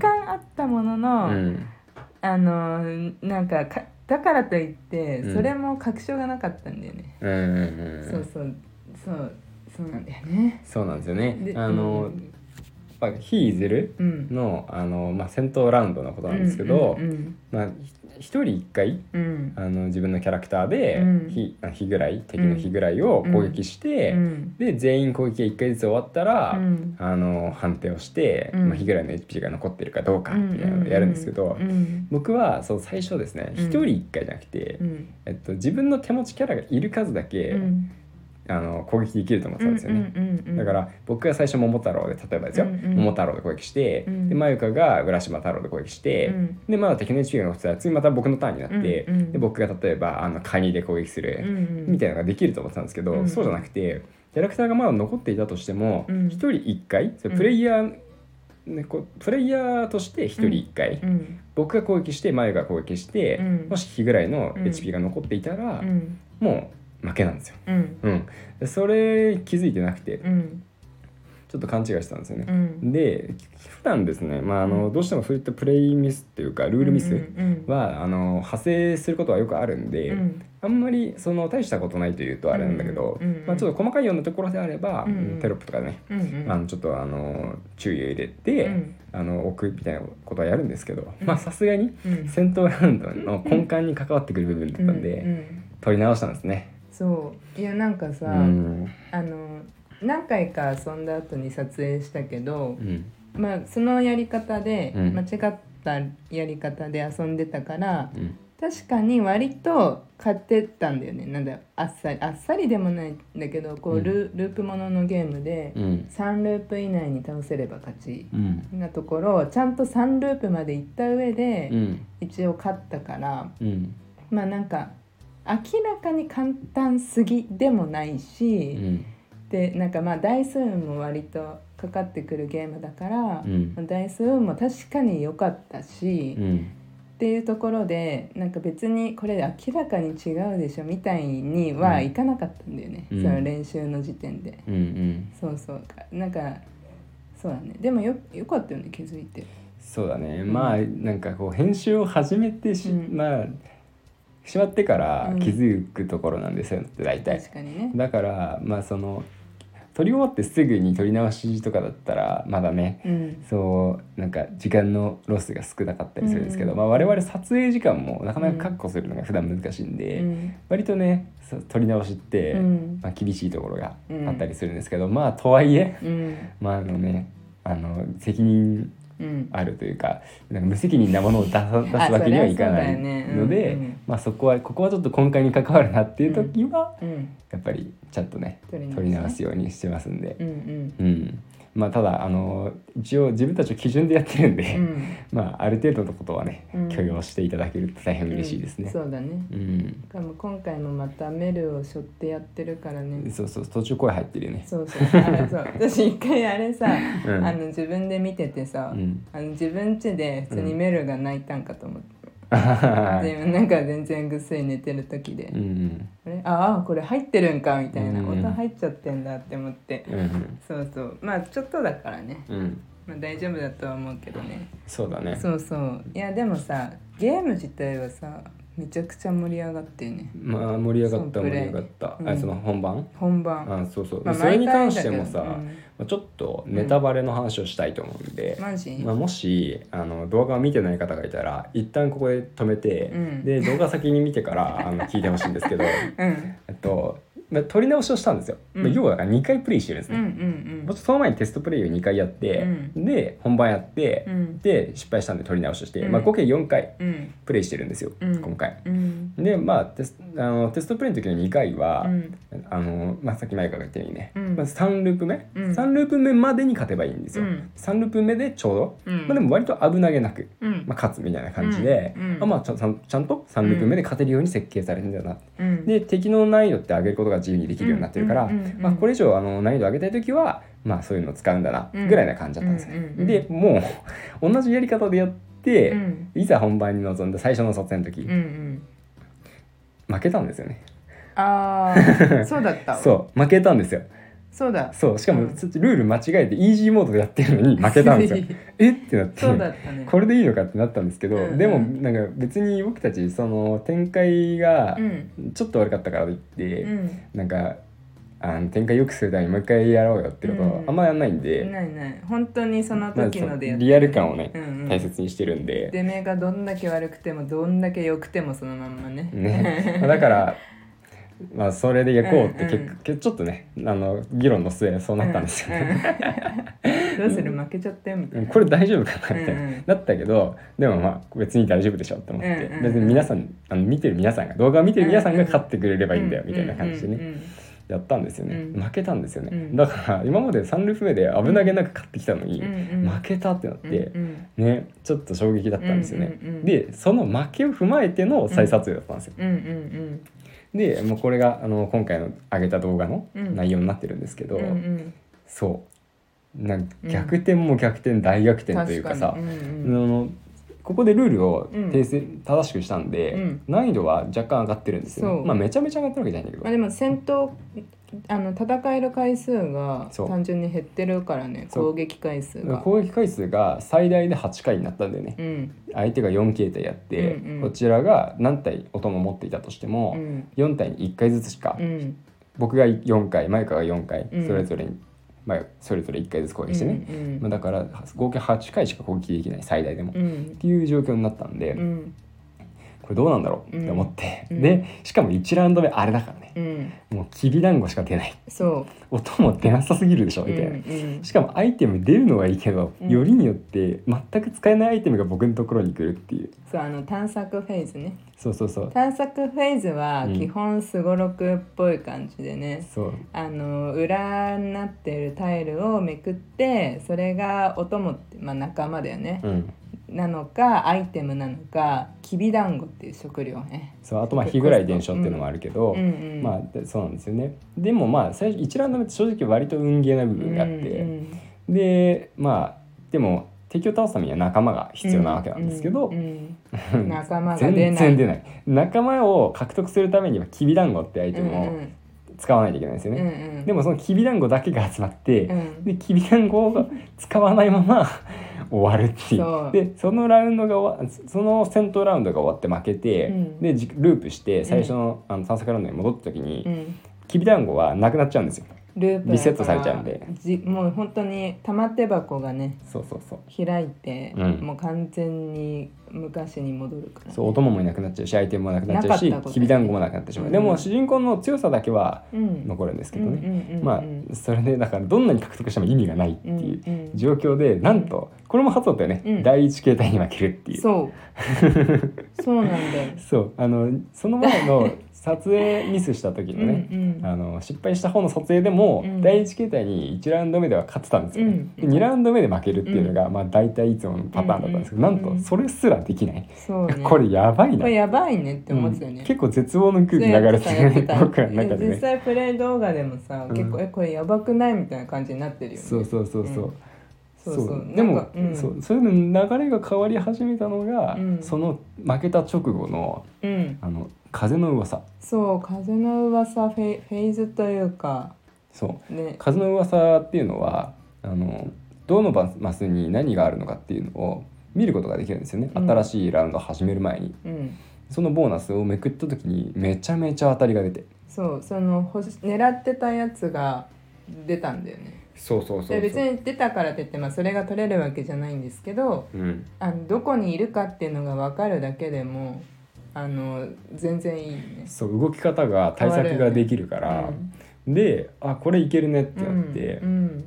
[SPEAKER 2] 干あったものの、
[SPEAKER 1] うん
[SPEAKER 2] あのなんかかだからといって
[SPEAKER 1] うん
[SPEAKER 2] それも確証がなかったんだよね、
[SPEAKER 1] うんうんうん
[SPEAKER 2] そうそうそうそうなんだよね
[SPEAKER 1] そうなんですよね
[SPEAKER 2] で
[SPEAKER 1] あの、
[SPEAKER 2] うん
[SPEAKER 1] まあ、非いずる
[SPEAKER 2] うん
[SPEAKER 1] のあの、まあ、戦闘ラウンドのことなんですけど、
[SPEAKER 2] うん
[SPEAKER 1] まあ、ひ一人一回
[SPEAKER 2] うんうん
[SPEAKER 1] あの自分のキャラクターで
[SPEAKER 2] うん
[SPEAKER 1] 火、あ火ぐらい敵の火ぐらいを攻撃して、
[SPEAKER 2] うん
[SPEAKER 1] で全員攻撃が1回ずつ終わったら、
[SPEAKER 2] うん
[SPEAKER 1] あの判定をして、
[SPEAKER 2] うん
[SPEAKER 1] まあ、火ぐらいの HP が残ってるかどうか
[SPEAKER 2] う
[SPEAKER 1] みたいなのをやるんですけど、
[SPEAKER 2] うん
[SPEAKER 1] 僕はそう最初ですね
[SPEAKER 2] うん
[SPEAKER 1] 一人一回じゃなくて、
[SPEAKER 2] うん
[SPEAKER 1] えっと、自分の手持ちキャラがいる数だけ、
[SPEAKER 2] うん
[SPEAKER 1] あの攻撃できると思ってたんですよね。
[SPEAKER 2] うんうんうんうん
[SPEAKER 1] だから僕が最初桃太郎で例えばですよ、
[SPEAKER 2] うんうん
[SPEAKER 1] 桃太郎で攻撃して、
[SPEAKER 2] うん
[SPEAKER 1] でまゆかが浦島太郎で攻撃して、
[SPEAKER 2] うん
[SPEAKER 1] でまだ敵の HP が残ってたら次また僕のターンになって、
[SPEAKER 2] うんうん
[SPEAKER 1] で僕が例えばあのカニで攻撃す
[SPEAKER 2] う
[SPEAKER 1] る
[SPEAKER 2] んうん
[SPEAKER 1] みたいなのができると思ってたんですけど、
[SPEAKER 2] うん
[SPEAKER 1] そうじゃなくてキャラクターがまだ残っていたとしても一、
[SPEAKER 2] うん
[SPEAKER 1] 人一回それプレイヤー、ね、こうプレイヤーとして一人一回、
[SPEAKER 2] うん
[SPEAKER 1] 僕が攻撃してマユが攻撃して、
[SPEAKER 2] うん
[SPEAKER 1] もし火ぐらいの
[SPEAKER 2] うん
[SPEAKER 1] HP が残っていたら、
[SPEAKER 2] うん
[SPEAKER 1] もう負けなんですよ。
[SPEAKER 2] うん
[SPEAKER 1] うん、でそれ気づいてなくて
[SPEAKER 2] うん
[SPEAKER 1] ちょっと勘違いしてたんですよね
[SPEAKER 2] う。ん
[SPEAKER 1] で普段ですね、まあ、あ
[SPEAKER 2] う
[SPEAKER 1] の
[SPEAKER 2] ん
[SPEAKER 1] どうしてもそういったプレイミスっていうかルールミス、
[SPEAKER 2] うん
[SPEAKER 1] はあの派生することはよくあるんで、
[SPEAKER 2] うん
[SPEAKER 1] あんまりその大したことないというとあれなんだけど、
[SPEAKER 2] うんうんうん
[SPEAKER 1] まあ、ちょっと細かいようなところであれば、
[SPEAKER 2] うんうん
[SPEAKER 1] テロップとかね、
[SPEAKER 2] うんうん
[SPEAKER 1] あのちょっとあの注意を入れて、
[SPEAKER 2] うん
[SPEAKER 1] あの置くみたいなことはやるんですけど
[SPEAKER 2] うん
[SPEAKER 1] まあさすがに
[SPEAKER 2] うん
[SPEAKER 1] 戦闘ラウンドの根幹に関わってくる部分だったんで、
[SPEAKER 2] うんうん
[SPEAKER 1] 取り直したんですね。
[SPEAKER 2] そういやなんかさ、
[SPEAKER 1] うん
[SPEAKER 2] あの何回か遊んだ後に撮影したけ
[SPEAKER 1] う、
[SPEAKER 2] ど
[SPEAKER 1] ん
[SPEAKER 2] まあ、そのやり方で、
[SPEAKER 1] うん
[SPEAKER 2] 間違ったやり方で遊んでたから
[SPEAKER 1] うん
[SPEAKER 2] 確かに割と買ってたんだよねなんだあっさりあっさりでもないんだけどこ
[SPEAKER 1] う
[SPEAKER 2] うんル,、ループもののゲームで
[SPEAKER 1] うん
[SPEAKER 2] 3ループ以内に倒せれば勝ち
[SPEAKER 1] うん
[SPEAKER 2] なところをちゃんと3ループまで行った上で、
[SPEAKER 1] うん
[SPEAKER 2] 一応勝ったから
[SPEAKER 1] うん
[SPEAKER 2] まあなんか明らかに簡単すぎでもないし。
[SPEAKER 1] うん
[SPEAKER 2] でなんかまあ台数も割とかかってくるゲームだから
[SPEAKER 1] う、ん
[SPEAKER 2] 台数も確かに良かったし、
[SPEAKER 1] う
[SPEAKER 2] っ
[SPEAKER 1] ん
[SPEAKER 2] ていうところでなんか別にこれ明らかに違うでしょみたいにはいかなかったんだよね、
[SPEAKER 1] うん
[SPEAKER 2] その練習の時点で、
[SPEAKER 1] うんうん
[SPEAKER 2] そうそうかなんかそうだねでもよよかったよね気づいて
[SPEAKER 1] そうだね、
[SPEAKER 2] ん
[SPEAKER 1] まあなんかこう編集を始めてし,、
[SPEAKER 2] うん
[SPEAKER 1] まあ、しまってから
[SPEAKER 2] うん
[SPEAKER 1] 気づくところなんですよって大体、
[SPEAKER 2] 確かにね
[SPEAKER 1] だからまあその撮り終わってすぐに撮り直しとかだったらまだね
[SPEAKER 2] うん
[SPEAKER 1] そうなんか時間のロスが少なかったりするんですけど、
[SPEAKER 2] うん
[SPEAKER 1] まあ、我々撮影時間もなかなか確保するのが普段難しいん
[SPEAKER 2] う
[SPEAKER 1] で、
[SPEAKER 2] ん
[SPEAKER 1] 割とねそう撮り直しって、
[SPEAKER 2] うん
[SPEAKER 1] まあ、厳しいところがあったりするんですけど、まあとはいえ
[SPEAKER 2] うん
[SPEAKER 1] まああのねあの責任
[SPEAKER 2] うん
[SPEAKER 1] あるというかなんか無責任なものを出さ出すわけにはいかないの
[SPEAKER 2] そりゃそうだよね
[SPEAKER 1] で
[SPEAKER 2] うんうん
[SPEAKER 1] まあそこはここはちょっと根幹に関わるなっていう時は、
[SPEAKER 2] うん
[SPEAKER 1] やっぱりちゃんとね
[SPEAKER 2] 撮り直すね
[SPEAKER 1] 取り直すようにしてますんで
[SPEAKER 2] う、ん
[SPEAKER 1] うんまあただあの一応自分たちの基準でやってるんで、
[SPEAKER 2] うん
[SPEAKER 1] まあある程度のことはね、
[SPEAKER 2] うん
[SPEAKER 1] 許容していただけると大変嬉しいです
[SPEAKER 2] うん
[SPEAKER 1] ね。
[SPEAKER 2] そうだね
[SPEAKER 1] うん、
[SPEAKER 2] しかも今回もまたメルを背負ってやってるからね
[SPEAKER 1] そうそう途中声入ってるよね。
[SPEAKER 2] そうそうあれそう私一回あれさ、
[SPEAKER 1] うん
[SPEAKER 2] あの自分で見ててさ、
[SPEAKER 1] うん
[SPEAKER 2] あの自分家で普通にメルが泣いたんかと思って、
[SPEAKER 1] う
[SPEAKER 2] でなんか全然ぐっすり寝てる時で、
[SPEAKER 1] ん
[SPEAKER 2] あれああこれ入ってるんかみたいな、
[SPEAKER 1] うん
[SPEAKER 2] 音入っちゃってんだって思って、
[SPEAKER 1] うん
[SPEAKER 2] そうそうまあちょっとだからね、
[SPEAKER 1] うん、
[SPEAKER 2] まあ、大丈夫だとは思うけどね
[SPEAKER 1] そうだね。
[SPEAKER 2] そうそういやでもさゲーム自体はさめちゃくちゃ盛り上がってるね
[SPEAKER 1] まあ盛り上がった
[SPEAKER 2] そ
[SPEAKER 1] 盛
[SPEAKER 2] うプ
[SPEAKER 1] り
[SPEAKER 2] レイ
[SPEAKER 1] 上がった、
[SPEAKER 2] うん
[SPEAKER 1] あその本番
[SPEAKER 2] 本番
[SPEAKER 1] あそうそう、
[SPEAKER 2] まあ
[SPEAKER 1] それに関しても
[SPEAKER 2] 毎回だ
[SPEAKER 1] さ、
[SPEAKER 2] けどうん
[SPEAKER 1] まあちょっとネタバレの話をしたいと思うんで、
[SPEAKER 2] マジ、
[SPEAKER 1] まあ、もしあの動画を見てない方がいたら一旦ここで止めて、
[SPEAKER 2] うん
[SPEAKER 1] で動画先に見てから あの聞いてほしいんですけどえ
[SPEAKER 2] うん
[SPEAKER 1] っと、まあ、撮り直しをしたんですよ、
[SPEAKER 2] うん
[SPEAKER 1] まあ、要は2回プレイしてるんです
[SPEAKER 2] うん
[SPEAKER 1] ね、
[SPEAKER 2] う
[SPEAKER 1] もうんその前にテストプレイを2回やって、
[SPEAKER 2] う
[SPEAKER 1] で本番やって、
[SPEAKER 2] うん
[SPEAKER 1] で失敗したんで撮り直しをして、
[SPEAKER 2] うん
[SPEAKER 1] まあ、合計4回
[SPEAKER 2] うんうん
[SPEAKER 1] プレイしてるんですよ、
[SPEAKER 2] うん
[SPEAKER 1] 今回。
[SPEAKER 2] うん
[SPEAKER 1] でまあテスあのテストプレイの時の2回は、
[SPEAKER 2] うん
[SPEAKER 1] あのまあ、さっき前から言ったようにね、
[SPEAKER 2] うん
[SPEAKER 1] まず3ループ目、
[SPEAKER 2] うん
[SPEAKER 1] 3ループ目までに勝てばいいんですよ、
[SPEAKER 2] うん
[SPEAKER 1] 3ループ目でちょうど、
[SPEAKER 2] うん
[SPEAKER 1] まあ、でも割と危なげなく、
[SPEAKER 2] うん
[SPEAKER 1] まあ、勝つみたいな感じで、
[SPEAKER 2] うんうん
[SPEAKER 1] あまあ、ちゃんちゃんと3ループ目で勝てるように設計されてんだな、
[SPEAKER 2] うん
[SPEAKER 1] で敵の難易度って上げることが自由にできるようになってるから、
[SPEAKER 2] うんうんうん
[SPEAKER 1] まあ、これ以上あの難易度上げたい時は、まあ、そういうの使うんだな
[SPEAKER 2] うん
[SPEAKER 1] ぐらいな感じだったんですね、
[SPEAKER 2] うんうんうん
[SPEAKER 1] でもう同じやり方でやって、
[SPEAKER 2] うん
[SPEAKER 1] いざ本番に臨んだ最初の撮影の時、
[SPEAKER 2] うんうん
[SPEAKER 1] 負けたんですよね
[SPEAKER 2] あーそうだったう
[SPEAKER 1] そう負けたんですよ
[SPEAKER 2] そうだ
[SPEAKER 1] そうしか
[SPEAKER 2] う
[SPEAKER 1] も
[SPEAKER 2] ん
[SPEAKER 1] ちょっとルール間違えてイージーモードでやってるのに負けたん ですよえってなっ
[SPEAKER 2] そうだ
[SPEAKER 1] て
[SPEAKER 2] ったね
[SPEAKER 1] これでいいのかってなったんですけど、
[SPEAKER 2] うんうん
[SPEAKER 1] でもなんか別に僕たちその展開が
[SPEAKER 2] うん
[SPEAKER 1] ちょっと悪かったからといって、
[SPEAKER 2] うん
[SPEAKER 1] なんかあの展開良くするためにもう一回やろうよってことは
[SPEAKER 2] うん
[SPEAKER 1] あんまやんないんで、
[SPEAKER 2] ないない本当にその
[SPEAKER 1] まあ
[SPEAKER 2] 時ので
[SPEAKER 1] そ
[SPEAKER 2] や
[SPEAKER 1] う
[SPEAKER 2] っ
[SPEAKER 1] リアル感をね、
[SPEAKER 2] うんうん
[SPEAKER 1] 大切にしてるんで
[SPEAKER 2] 出目がどんだけ悪くてもどんだけ良くてもそのまんまね
[SPEAKER 1] ね、だからまあそれで焼こうって
[SPEAKER 2] うん
[SPEAKER 1] 結
[SPEAKER 2] うん
[SPEAKER 1] 構、けちょっとねあの議論の末そうなったんですよね、
[SPEAKER 2] うんうんどうする負けちゃったよみたいな
[SPEAKER 1] これ大丈夫かなみたいな、
[SPEAKER 2] うんうん
[SPEAKER 1] だったけどでもまあ別に大丈夫でしょって思って、
[SPEAKER 2] うんうん
[SPEAKER 1] 別に皆さんあの見てる皆さんが動画を見てる皆さんが勝ってくれればいいんだよ、みたいな感じでね、
[SPEAKER 2] うんうんうん
[SPEAKER 1] やったんですよね、
[SPEAKER 2] うん
[SPEAKER 1] 負けたんですよね、
[SPEAKER 2] うん
[SPEAKER 1] だから今まで3ループ目で危なげなく勝ってきたのに、
[SPEAKER 2] うんうん
[SPEAKER 1] 負けたってなって、
[SPEAKER 2] うんうん
[SPEAKER 1] ねちょっと衝撃だったんですよね、
[SPEAKER 2] うんうんうん
[SPEAKER 1] でその負けを踏まえての再撮影だったんですよ、
[SPEAKER 2] うんうん
[SPEAKER 1] でもうこれがあの今回の上げた動画の
[SPEAKER 2] うん
[SPEAKER 1] 内容になってるんですけど、
[SPEAKER 2] うんうん
[SPEAKER 1] そうなんか逆転も逆転大逆転というかさ
[SPEAKER 2] 確に
[SPEAKER 1] あ
[SPEAKER 2] うんうん
[SPEAKER 1] のここでルールを
[SPEAKER 2] うん
[SPEAKER 1] 訂正、正しくしたんで、
[SPEAKER 2] うん
[SPEAKER 1] 難易度は若干上がってるんですよ、
[SPEAKER 2] そ
[SPEAKER 1] ね、
[SPEAKER 2] う
[SPEAKER 1] まあめちゃめちゃ上がってるわけじゃないんだけど、
[SPEAKER 2] まあでも戦闘あの戦える回数が
[SPEAKER 1] そう
[SPEAKER 2] 単純に減ってるからね
[SPEAKER 1] そう
[SPEAKER 2] 攻撃回数が
[SPEAKER 1] 攻撃回数が最大で8回になったんだよね、
[SPEAKER 2] うん
[SPEAKER 1] 相手が4形態やって、
[SPEAKER 2] うんうん
[SPEAKER 1] こちらが何体お供持っていたとしても、
[SPEAKER 2] うん
[SPEAKER 1] 4体に1回ずつしか、
[SPEAKER 2] うん
[SPEAKER 1] 僕が4回マイカが4回、
[SPEAKER 2] うん
[SPEAKER 1] それぞれに、まあ、それぞれ1回ずつ攻撃してね、
[SPEAKER 2] うん
[SPEAKER 1] まあ、だから合計8回しか攻撃できない最大でも、
[SPEAKER 2] う
[SPEAKER 1] っ
[SPEAKER 2] ん
[SPEAKER 1] ていう状況になったんで、
[SPEAKER 2] うん
[SPEAKER 1] これどうなんだろうって思って、
[SPEAKER 2] うん
[SPEAKER 1] でしかも1ラウンド目あれだからね
[SPEAKER 2] う、ん
[SPEAKER 1] もうきびだんごしか出ない
[SPEAKER 2] そ
[SPEAKER 1] 音も出なさすぎるでしょ
[SPEAKER 2] う
[SPEAKER 1] みたいな、
[SPEAKER 2] うんうん
[SPEAKER 1] しかもアイテム出るのはいいけど、
[SPEAKER 2] うん
[SPEAKER 1] よりによって全く使えないアイテムが僕のところに来るっていう
[SPEAKER 2] そうあの探索フェーズね
[SPEAKER 1] そうそうそう
[SPEAKER 2] 探索フェーズは
[SPEAKER 1] うん
[SPEAKER 2] 基本すごろくっぽい感じでね、
[SPEAKER 1] そう
[SPEAKER 2] あの裏になってるタイルをめくってそれがお供って、まあ、仲間だよね、
[SPEAKER 1] うん
[SPEAKER 2] なのかアイテムなのかきびだんごっていう食料ね
[SPEAKER 1] そうあとまあ日ぐらい伝承っていうのもあるけど、
[SPEAKER 2] うんうん
[SPEAKER 1] まあでそうなんですよねでもまあ最初1ラウンド目って正直割と運ゲーな部分があって、
[SPEAKER 2] うん
[SPEAKER 1] でまあでも敵を倒すためには仲間が必要なわけなんですけど、
[SPEAKER 2] うんうん仲間が出
[SPEAKER 1] 全
[SPEAKER 2] な
[SPEAKER 1] 然
[SPEAKER 2] い
[SPEAKER 1] 出ない仲間を獲得するためにはきびだんごってアイテ
[SPEAKER 2] う
[SPEAKER 1] ムを
[SPEAKER 2] ん
[SPEAKER 1] 使わないといけないんですよ
[SPEAKER 2] うん
[SPEAKER 1] ね、
[SPEAKER 2] うんうん
[SPEAKER 1] でもそのきびだんごだけが集まって、
[SPEAKER 2] うん
[SPEAKER 1] できびだんごを使わないまま 終わるってい
[SPEAKER 2] そう
[SPEAKER 1] うでそのラウンドが終わその戦闘ラウンドが終わって負けて、
[SPEAKER 2] うん
[SPEAKER 1] でじループして最初の,、あの探索ラウンドに戻った時に、
[SPEAKER 2] うん
[SPEAKER 1] きびだんごはなくなっちゃうんですよ
[SPEAKER 2] ループだから
[SPEAKER 1] リセットされちゃうんで
[SPEAKER 2] じもう本当に玉手箱がね
[SPEAKER 1] そうそうそう
[SPEAKER 2] 開いて、
[SPEAKER 1] うん
[SPEAKER 2] もう完全に昔に戻るからね、
[SPEAKER 1] そうお供もいなくなっちゃうしアイテムもなくなっちゃうし
[SPEAKER 2] なかったこと
[SPEAKER 1] きびだんごもなくなってしまう、
[SPEAKER 2] うん
[SPEAKER 1] でも主人公の強さだけは
[SPEAKER 2] うん
[SPEAKER 1] 残るんですけどね、
[SPEAKER 2] うんうんうん
[SPEAKER 1] まあそれでだからどんなに獲得しても意味がないっていう
[SPEAKER 2] うんうん
[SPEAKER 1] 状況でなんとこれも初だったよね、
[SPEAKER 2] うん
[SPEAKER 1] 第一形態に負けるっていう
[SPEAKER 2] そうそうなん だよ
[SPEAKER 1] そうあのその前 の撮影ミスした時のね、
[SPEAKER 2] うんうん
[SPEAKER 1] あの失敗した方の撮影でも、
[SPEAKER 2] うん
[SPEAKER 1] 第一形態に1ラウンド目では勝ってたんですよね、
[SPEAKER 2] うん
[SPEAKER 1] で2ラウンド目で負けるっていうのが、まあ大体いつものパターンだったんですけど、
[SPEAKER 2] うんうん
[SPEAKER 1] なんとそれすらできない、
[SPEAKER 2] そうね
[SPEAKER 1] これやばい
[SPEAKER 2] こ
[SPEAKER 1] な
[SPEAKER 2] れやばいねって思ってたよね、
[SPEAKER 1] うん結構絶望の空気流れてるね僕らの中で
[SPEAKER 2] 実
[SPEAKER 1] ね
[SPEAKER 2] 際プレイ動画でもさ、
[SPEAKER 1] うん
[SPEAKER 2] 結構えこれやばくないみたいな感じになってるよね
[SPEAKER 1] そうそうそうそう、
[SPEAKER 2] うんそうそうなんか
[SPEAKER 1] でも、
[SPEAKER 2] うん
[SPEAKER 1] そうそれの流れが変わり始めたのが、
[SPEAKER 2] うん
[SPEAKER 1] その負けた直後の
[SPEAKER 2] うん
[SPEAKER 1] あの風の噂
[SPEAKER 2] そう風の噂フェフェーズというか
[SPEAKER 1] そう
[SPEAKER 2] ね
[SPEAKER 1] 風の噂っていうのはあのどのバマスに何があるのかっていうのを見ることができるんですよね、
[SPEAKER 2] うん
[SPEAKER 1] 新しいラウンド始める前に
[SPEAKER 2] うん
[SPEAKER 1] そのボーナスをめくった時にめちゃめちゃ当たりが出て
[SPEAKER 2] そうそのほし狙ってたやつが出たんだよね
[SPEAKER 1] そうそう
[SPEAKER 2] で別に出たからといって、まあ、それが取れるわけじゃないんですけど
[SPEAKER 1] うん、
[SPEAKER 2] あのどこにいるかっていうのが分かるだけでもあの全然いいね。
[SPEAKER 1] そう動き方が対策ができるから、であこれいけるねって
[SPEAKER 2] う
[SPEAKER 1] なっ
[SPEAKER 2] ん
[SPEAKER 1] て、
[SPEAKER 2] うん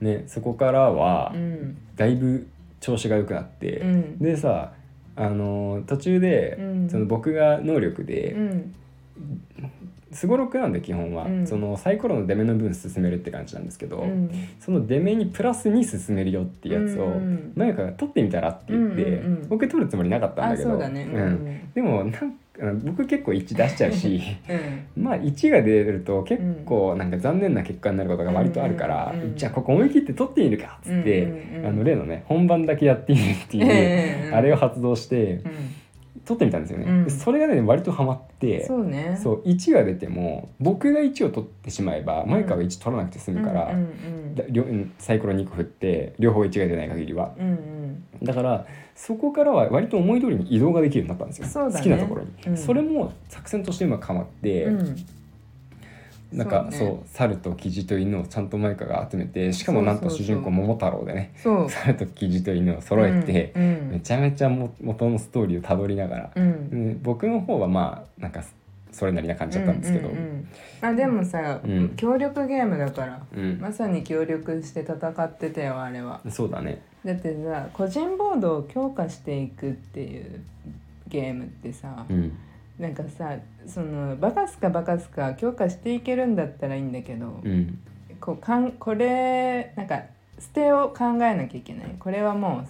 [SPEAKER 1] ね、そこからは
[SPEAKER 2] うん
[SPEAKER 1] だいぶ調子が良くなって、
[SPEAKER 2] うん
[SPEAKER 1] でさあのー途中で、
[SPEAKER 2] うん
[SPEAKER 1] その僕が能力
[SPEAKER 2] う
[SPEAKER 1] で
[SPEAKER 2] ん
[SPEAKER 1] すごろくなんで基本は、
[SPEAKER 2] うん
[SPEAKER 1] そのサイコロの出目の分進めるって感じなんですけど、
[SPEAKER 2] うん
[SPEAKER 1] その出目にプラスに進めるよっていうやつを、
[SPEAKER 2] うん
[SPEAKER 1] なんか取ってみたらって言って、
[SPEAKER 2] うんうんうん
[SPEAKER 1] 僕取るつもりなかったんだ
[SPEAKER 2] あ
[SPEAKER 1] けど
[SPEAKER 2] そうだね。うん
[SPEAKER 1] うんでもなんか僕結構1出しちゃうし
[SPEAKER 2] うん
[SPEAKER 1] まあ1が出ると結構なんか残念な結果になることが割とあるから、
[SPEAKER 2] うんうんうん
[SPEAKER 1] じゃあここ思い切って取ってみるかっつって、
[SPEAKER 2] うんうんうん
[SPEAKER 1] あの例のね本番だけやってみるっていう
[SPEAKER 2] ええ
[SPEAKER 1] あれを発動して
[SPEAKER 2] うん
[SPEAKER 1] 撮ってみたんですよね、
[SPEAKER 2] うん
[SPEAKER 1] それがね割とハマって
[SPEAKER 2] そうね。
[SPEAKER 1] そう1が出ても僕が1を取ってしまえばマイカは1取らなくて済むから、
[SPEAKER 2] うんうん
[SPEAKER 1] だ両うんサイコロ2個振って両方1が出ない限りは
[SPEAKER 2] うんうん
[SPEAKER 1] だからそこからは割と思い通りに移動ができるようになったんですよ、
[SPEAKER 2] そうだね
[SPEAKER 1] 好きなところに、
[SPEAKER 2] うん
[SPEAKER 1] それも作戦としてうまくはまって、
[SPEAKER 2] うん
[SPEAKER 1] なんか
[SPEAKER 2] そ
[SPEAKER 1] そうう,、
[SPEAKER 2] ね
[SPEAKER 1] 猿とキジと犬をちゃんとマイカが集めてしかもなんと
[SPEAKER 2] そうそ
[SPEAKER 1] 主
[SPEAKER 2] うそう
[SPEAKER 1] 人公桃太郎でね
[SPEAKER 2] そう
[SPEAKER 1] 猿とキジと犬を揃えて、
[SPEAKER 2] うんうん
[SPEAKER 1] めちゃめちゃも元のストーリーをたどりながら、
[SPEAKER 2] うん
[SPEAKER 1] で僕の方はまあなんかそれなりな感じだったんですけど、
[SPEAKER 2] うううんあでもさ、
[SPEAKER 1] うん
[SPEAKER 2] 協力ゲームだから
[SPEAKER 1] うん
[SPEAKER 2] まさに協力して戦ってたよあれは
[SPEAKER 1] そうだね
[SPEAKER 2] だってさ個人ボードを強化していくっていうゲームってさ、
[SPEAKER 1] うん
[SPEAKER 2] なんかさそのバカすかバカすか強化していけるんだったらいいんだけど、
[SPEAKER 1] うん
[SPEAKER 2] こうかんこれなんか捨てを考えなきゃいけないこれはも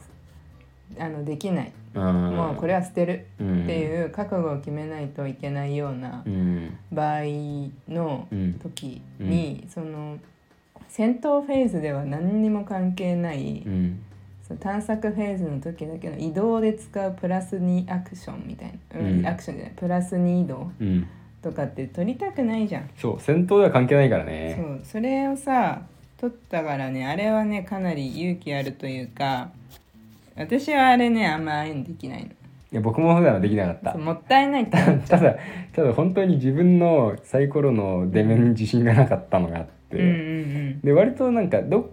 [SPEAKER 2] うあのできない、も
[SPEAKER 1] も
[SPEAKER 2] うこれは捨てる
[SPEAKER 1] って
[SPEAKER 2] って
[SPEAKER 1] う
[SPEAKER 2] いう覚悟を決めないといけないような
[SPEAKER 1] うん
[SPEAKER 2] 場合の
[SPEAKER 1] うん
[SPEAKER 2] 時に、その戦闘フェーズでは何にも関係ない、
[SPEAKER 1] うん
[SPEAKER 2] その探索フェーズの時だけの移動で使うプラス2アクションみたいな、うん
[SPEAKER 1] うん
[SPEAKER 2] アクションじゃないプラス2移動
[SPEAKER 1] うん
[SPEAKER 2] とかって取りたくないじゃん。
[SPEAKER 1] そう戦闘では関係ないからね
[SPEAKER 2] そうそれをさ取ったからねあれはねかなり勇気あるというか私はあれねあんまああいうのできないの
[SPEAKER 1] いや僕も普段はできなかった
[SPEAKER 2] そうもったいないって思っち ゃ
[SPEAKER 1] ただただ本当に自分のサイコロの出面に自信がなかったのがあっ
[SPEAKER 2] う
[SPEAKER 1] て、
[SPEAKER 2] うんうん
[SPEAKER 1] で割となんかどっ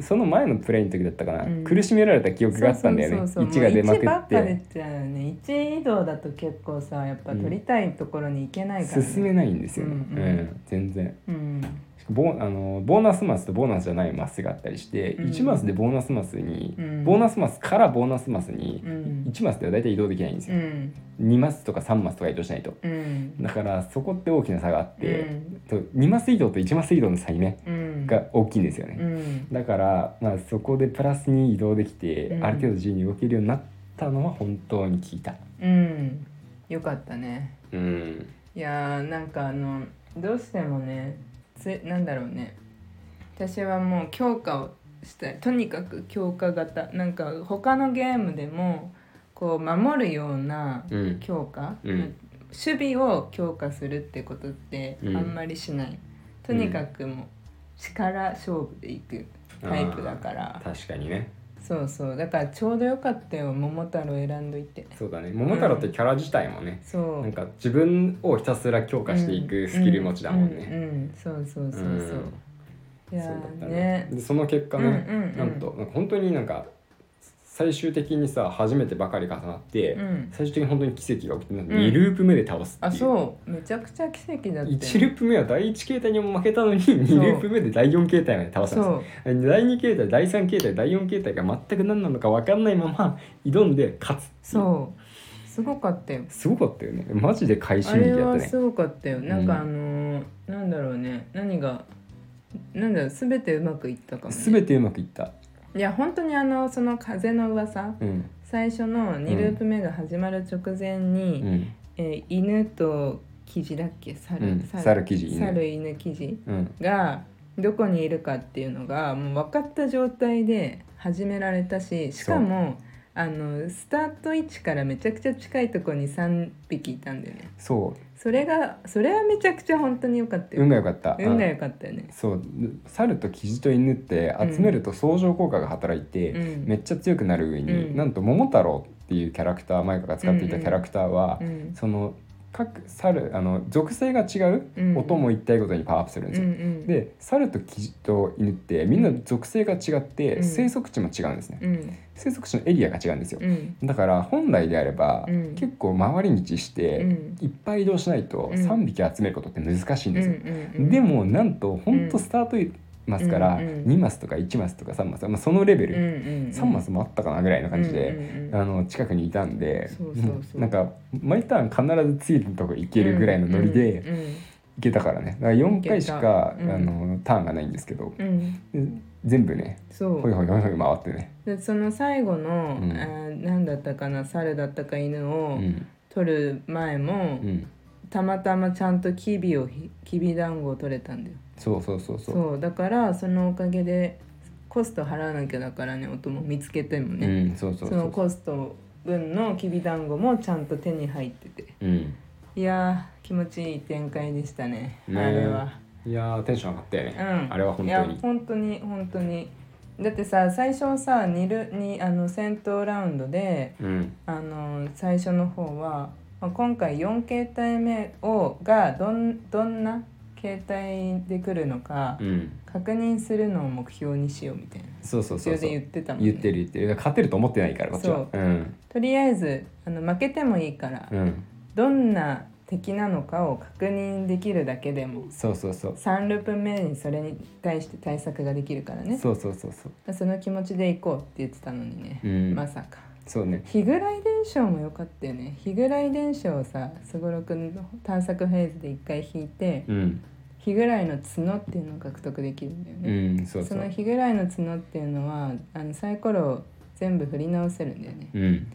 [SPEAKER 1] その前のプレイの時だったかな、
[SPEAKER 2] うん
[SPEAKER 1] 苦しめられた記
[SPEAKER 2] うん
[SPEAKER 1] 憶があったんだよね
[SPEAKER 2] そうそうそう
[SPEAKER 1] 1
[SPEAKER 2] そう
[SPEAKER 1] が出まく
[SPEAKER 2] もう1ば
[SPEAKER 1] っ
[SPEAKER 2] っか出
[SPEAKER 1] て
[SPEAKER 2] ちゃうよね1移動だと結構さやっぱ取りたいところに行けないから、ね
[SPEAKER 1] 進めないんですよね、
[SPEAKER 2] うん
[SPEAKER 1] うん
[SPEAKER 2] うん
[SPEAKER 1] 全然
[SPEAKER 2] うん
[SPEAKER 1] しかもボーあのボーナスマスとボーナスじゃないマスがあったりして、
[SPEAKER 2] うん
[SPEAKER 1] 1マスでボーナスマスに、
[SPEAKER 2] うん
[SPEAKER 1] ボーナスマスからボーナスマスに、
[SPEAKER 2] うん
[SPEAKER 1] 1マスでは大体移動できないんです
[SPEAKER 2] う
[SPEAKER 1] よ、
[SPEAKER 2] ん
[SPEAKER 1] 2マスとか3マスとか移動しないと
[SPEAKER 2] うん
[SPEAKER 1] だからそこって大きな差があって、
[SPEAKER 2] うん
[SPEAKER 1] と2マス移動と1マス移動の差にね
[SPEAKER 2] うん
[SPEAKER 1] が大きいんですよね、
[SPEAKER 2] うん
[SPEAKER 1] だから、まあ、そこでプラスに移動できて、
[SPEAKER 2] うん
[SPEAKER 1] ある程度自由に動けるようになったのは本当に効いた。
[SPEAKER 2] うんよかったね
[SPEAKER 1] うん、
[SPEAKER 2] いやーなんかあのどうしてもねつなんだろうね私はもう強化をしたいとにかく強化型なんか他のゲームでもこう守るような
[SPEAKER 1] うん、
[SPEAKER 2] 強化、
[SPEAKER 1] うん
[SPEAKER 2] 守備を強化するってことってあ
[SPEAKER 1] うん
[SPEAKER 2] んまりしない、とにかくもう力勝負でいくタイプだから
[SPEAKER 1] 確かにね
[SPEAKER 2] そうそうだからちょうどよかったよ桃太郎選んどいて
[SPEAKER 1] そうだね桃太郎ってキャラ自体もね、
[SPEAKER 2] そう
[SPEAKER 1] なんか自分をひたすら強化していくスキル持ちだもん
[SPEAKER 2] う
[SPEAKER 1] ね。
[SPEAKER 2] んうんうんそうそうそうそう、い
[SPEAKER 1] うん
[SPEAKER 2] や
[SPEAKER 1] そうだっ
[SPEAKER 2] ー
[SPEAKER 1] た
[SPEAKER 2] ね
[SPEAKER 1] ねでその結果ね、
[SPEAKER 2] うんうんうん
[SPEAKER 1] なんとなんか本当になんか最終的にさ初めてばかり重なって、
[SPEAKER 2] うん
[SPEAKER 1] 最終的に本当に奇跡が起きて、二
[SPEAKER 2] ん
[SPEAKER 1] 2ループ目で倒すっていう。
[SPEAKER 2] あそうめちゃくちゃ奇跡だって
[SPEAKER 1] 1ループ目は第1形態にも負けたのに2ループ目で第4形態まで倒したんですよ
[SPEAKER 2] そう
[SPEAKER 1] 第2形態第3形態第4形態が全く何なのか分かんないまま挑んで勝つっていう
[SPEAKER 2] そうすごかったよ
[SPEAKER 1] すごかったよねマジで快
[SPEAKER 2] あ
[SPEAKER 1] 進撃
[SPEAKER 2] れ
[SPEAKER 1] やった
[SPEAKER 2] は
[SPEAKER 1] ね
[SPEAKER 2] すごかったよなんかあのーなんだろうね何がなんだろう全てうまくいったかも、ね、
[SPEAKER 1] 全てうまくいった
[SPEAKER 2] いや本当にあのその風の噂
[SPEAKER 1] うん
[SPEAKER 2] 最初の2ループ目が始まる直前に、
[SPEAKER 1] うん
[SPEAKER 2] えー犬とキジだっけ猿、
[SPEAKER 1] うん猿キジ犬
[SPEAKER 2] 猿犬キジ
[SPEAKER 1] うん
[SPEAKER 2] がどこにいるかっていうのがもう分かった状態で始められたししかもあのスタート位置からめちゃくちゃ近いところに3匹いたんだよね
[SPEAKER 1] そ
[SPEAKER 2] それがそれはめちゃくちゃ本当に良かった
[SPEAKER 1] う
[SPEAKER 2] よ、
[SPEAKER 1] 運が良かった
[SPEAKER 2] 運が
[SPEAKER 1] うん
[SPEAKER 2] 良かったよね
[SPEAKER 1] そう猿とキジと犬って集めると相乗効果が働いて、
[SPEAKER 2] うん
[SPEAKER 1] めっちゃ強くなる上に、
[SPEAKER 2] うん
[SPEAKER 1] なんと桃太郎っていうキャラクターマイカが使っていたキャラクターは、
[SPEAKER 2] うん
[SPEAKER 1] その各猿あの属性が違う、
[SPEAKER 2] うん
[SPEAKER 1] 音も一体ごとにパワーアップするん
[SPEAKER 2] う
[SPEAKER 1] です
[SPEAKER 2] んう
[SPEAKER 1] よ。
[SPEAKER 2] ん
[SPEAKER 1] で猿とキジと犬ってみんな属性が違って、
[SPEAKER 2] うん
[SPEAKER 1] 生息地も違うんですね、
[SPEAKER 2] うん
[SPEAKER 1] 生息地のエリアが違うんですよ、
[SPEAKER 2] うん
[SPEAKER 1] だから本来であれば、
[SPEAKER 2] うん
[SPEAKER 1] 結構回り道し
[SPEAKER 2] う
[SPEAKER 1] て、
[SPEAKER 2] ん
[SPEAKER 1] いっぱい移動しないと
[SPEAKER 2] うん
[SPEAKER 1] 3匹集めることって難しいん
[SPEAKER 2] う
[SPEAKER 1] ですよ、
[SPEAKER 2] んうん
[SPEAKER 1] でもなんとほんとスタートマスから
[SPEAKER 2] うんうん
[SPEAKER 1] 2マスとか1マスとか3マス、まあ、そのレベ
[SPEAKER 2] うん
[SPEAKER 1] ル、
[SPEAKER 2] うんうん
[SPEAKER 1] 3マスもあったかなぐらいの感じで、
[SPEAKER 2] うんうんうん
[SPEAKER 1] あの近くにいたんで
[SPEAKER 2] そうそうそう
[SPEAKER 1] もなんか毎ターン必ず次のとこ行けるぐらいのノリで行けたからねだから4回しか、
[SPEAKER 2] 行けた
[SPEAKER 1] あのターンがないんですけど、
[SPEAKER 2] うんうんうん
[SPEAKER 1] で全部ね
[SPEAKER 2] そう
[SPEAKER 1] ほいほいほいほい回ってね、
[SPEAKER 2] でその最後の、
[SPEAKER 1] うん
[SPEAKER 2] あー何だったかな猿だったか犬
[SPEAKER 1] う
[SPEAKER 2] を
[SPEAKER 1] ん
[SPEAKER 2] 取る前も、
[SPEAKER 1] うん、
[SPEAKER 2] たまたまちゃんとキビをひきび団子を取れたんだよ
[SPEAKER 1] そうそうそうそ
[SPEAKER 2] そううだからそのおかげでコスト払わなきゃだからね音も見つけても
[SPEAKER 1] う
[SPEAKER 2] ね、
[SPEAKER 1] ん、そうそう
[SPEAKER 2] そ
[SPEAKER 1] そ
[SPEAKER 2] の
[SPEAKER 1] う
[SPEAKER 2] コスト分のきび団子もちゃんと手に入ってて
[SPEAKER 1] うん、
[SPEAKER 2] いやー気持ちいい展開でしたね
[SPEAKER 1] ね
[SPEAKER 2] あれはい
[SPEAKER 1] やーテンション上がったよね、
[SPEAKER 2] うん、
[SPEAKER 1] あれは本
[SPEAKER 2] い
[SPEAKER 1] 当
[SPEAKER 2] や
[SPEAKER 1] に
[SPEAKER 2] 本当に本当にだってさ最初さにるにあの戦闘ラウンドで
[SPEAKER 1] うん
[SPEAKER 2] あの最初の方は、まあ、今回4形態目をがどんどんな携帯で来るのか、
[SPEAKER 1] うん
[SPEAKER 2] 確認するのを目標にしようみたいな
[SPEAKER 1] そうそう
[SPEAKER 2] そ
[SPEAKER 1] そう
[SPEAKER 2] れ
[SPEAKER 1] そ
[SPEAKER 2] で
[SPEAKER 1] う
[SPEAKER 2] 言ってたもんね
[SPEAKER 1] 言ってる言ってるだから勝てると思ってないからこっちは
[SPEAKER 2] そう
[SPEAKER 1] うん
[SPEAKER 2] とりあえずあの負けてもいいから、
[SPEAKER 1] うん
[SPEAKER 2] どんな敵なのかを確認できるだけでも
[SPEAKER 1] そうそうそう
[SPEAKER 2] 3ループ目にそれに対して対策ができるからね
[SPEAKER 1] そうそうそうそう
[SPEAKER 2] その気持ちで行こうって言ってたのにね、
[SPEAKER 1] うん
[SPEAKER 2] まさか
[SPEAKER 1] そうね
[SPEAKER 2] 日暮来伝承も良かったよね日暮来伝承をさすごろくの探索フェーズで一回引いて
[SPEAKER 1] うん
[SPEAKER 2] 日暮来の角っていうのを獲得できるんだよ
[SPEAKER 1] う
[SPEAKER 2] ね、
[SPEAKER 1] んそう
[SPEAKER 2] そ
[SPEAKER 1] そ
[SPEAKER 2] の
[SPEAKER 1] う
[SPEAKER 2] 日暮来の角っていうのはあのサイコロを全部振り直せるんだよね
[SPEAKER 1] うん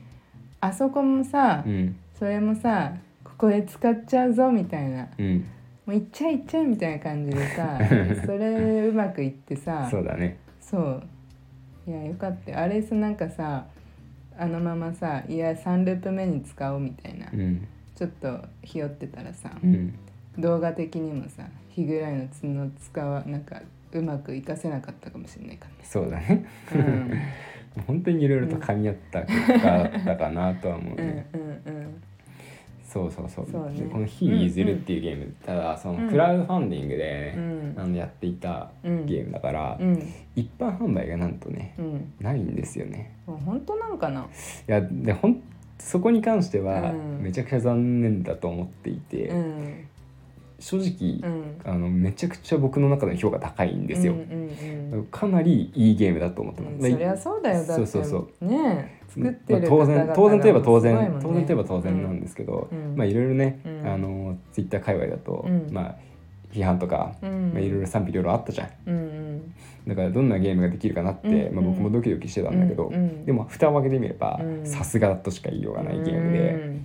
[SPEAKER 2] あそこもさ、
[SPEAKER 1] うん
[SPEAKER 2] それもさここで使っちゃうぞみたいな
[SPEAKER 1] うん
[SPEAKER 2] もういっちゃいっちゃいみたいな感じで さそれうまくいってさ
[SPEAKER 1] そうだね
[SPEAKER 2] そういやよかったよあれさなんかさあのままさいや3ループ目に使おうみたいな、
[SPEAKER 1] うん
[SPEAKER 2] ちょっとひよってたらさ、
[SPEAKER 1] うん
[SPEAKER 2] 動画的にもさ日ぐらいの角使わなんかうまくいかせなかったかもしれないか
[SPEAKER 1] そうだね
[SPEAKER 2] ら、うん、
[SPEAKER 1] 本当にいろいろと噛み合った結果だったかなとは思う
[SPEAKER 2] う
[SPEAKER 1] ね
[SPEAKER 2] んうんうん
[SPEAKER 1] そうそうそう
[SPEAKER 2] そうね
[SPEAKER 1] でこの「非譲る」っていうゲーム、ただそのクラウドファンディングで、
[SPEAKER 2] う
[SPEAKER 1] ね
[SPEAKER 2] ん
[SPEAKER 1] あのやっていた
[SPEAKER 2] うん
[SPEAKER 1] ゲームだから、
[SPEAKER 2] うん
[SPEAKER 1] 一般販売がなんとね
[SPEAKER 2] うん
[SPEAKER 1] ないんですよね
[SPEAKER 2] もう本当なんかない
[SPEAKER 1] やでほんそこに関しては
[SPEAKER 2] うん
[SPEAKER 1] めちゃくちゃ残念だと思っていて、
[SPEAKER 2] うん
[SPEAKER 1] 正
[SPEAKER 2] う
[SPEAKER 1] 直、
[SPEAKER 2] ん
[SPEAKER 1] あのめちゃくちゃ僕の中での評価高いんですよ
[SPEAKER 2] うん、うんうん
[SPEAKER 1] かなりいいゲームだと思って
[SPEAKER 2] う
[SPEAKER 1] ます
[SPEAKER 2] ん、、そりゃそうだよだって
[SPEAKER 1] そうそうそ
[SPEAKER 2] ねえ作ってる
[SPEAKER 1] まあ当然当然といえば当然、
[SPEAKER 2] すごいもんね
[SPEAKER 1] 当然といえば当然なんですけど、
[SPEAKER 2] うん
[SPEAKER 1] まあいろいろね、
[SPEAKER 2] うん
[SPEAKER 1] あのツイッター界隈だと、
[SPEAKER 2] うん
[SPEAKER 1] まあ批判とか、
[SPEAKER 2] うん
[SPEAKER 1] まあ、いろいろ賛否両論あったじゃん
[SPEAKER 2] うんうん
[SPEAKER 1] だからどんなゲームができるかなって、
[SPEAKER 2] うん
[SPEAKER 1] まあ、僕もドキドキしてたんだけど、
[SPEAKER 2] うんうん
[SPEAKER 1] でも蓋を開けてみれば
[SPEAKER 2] うん
[SPEAKER 1] さすがとしか言いようがないゲームで、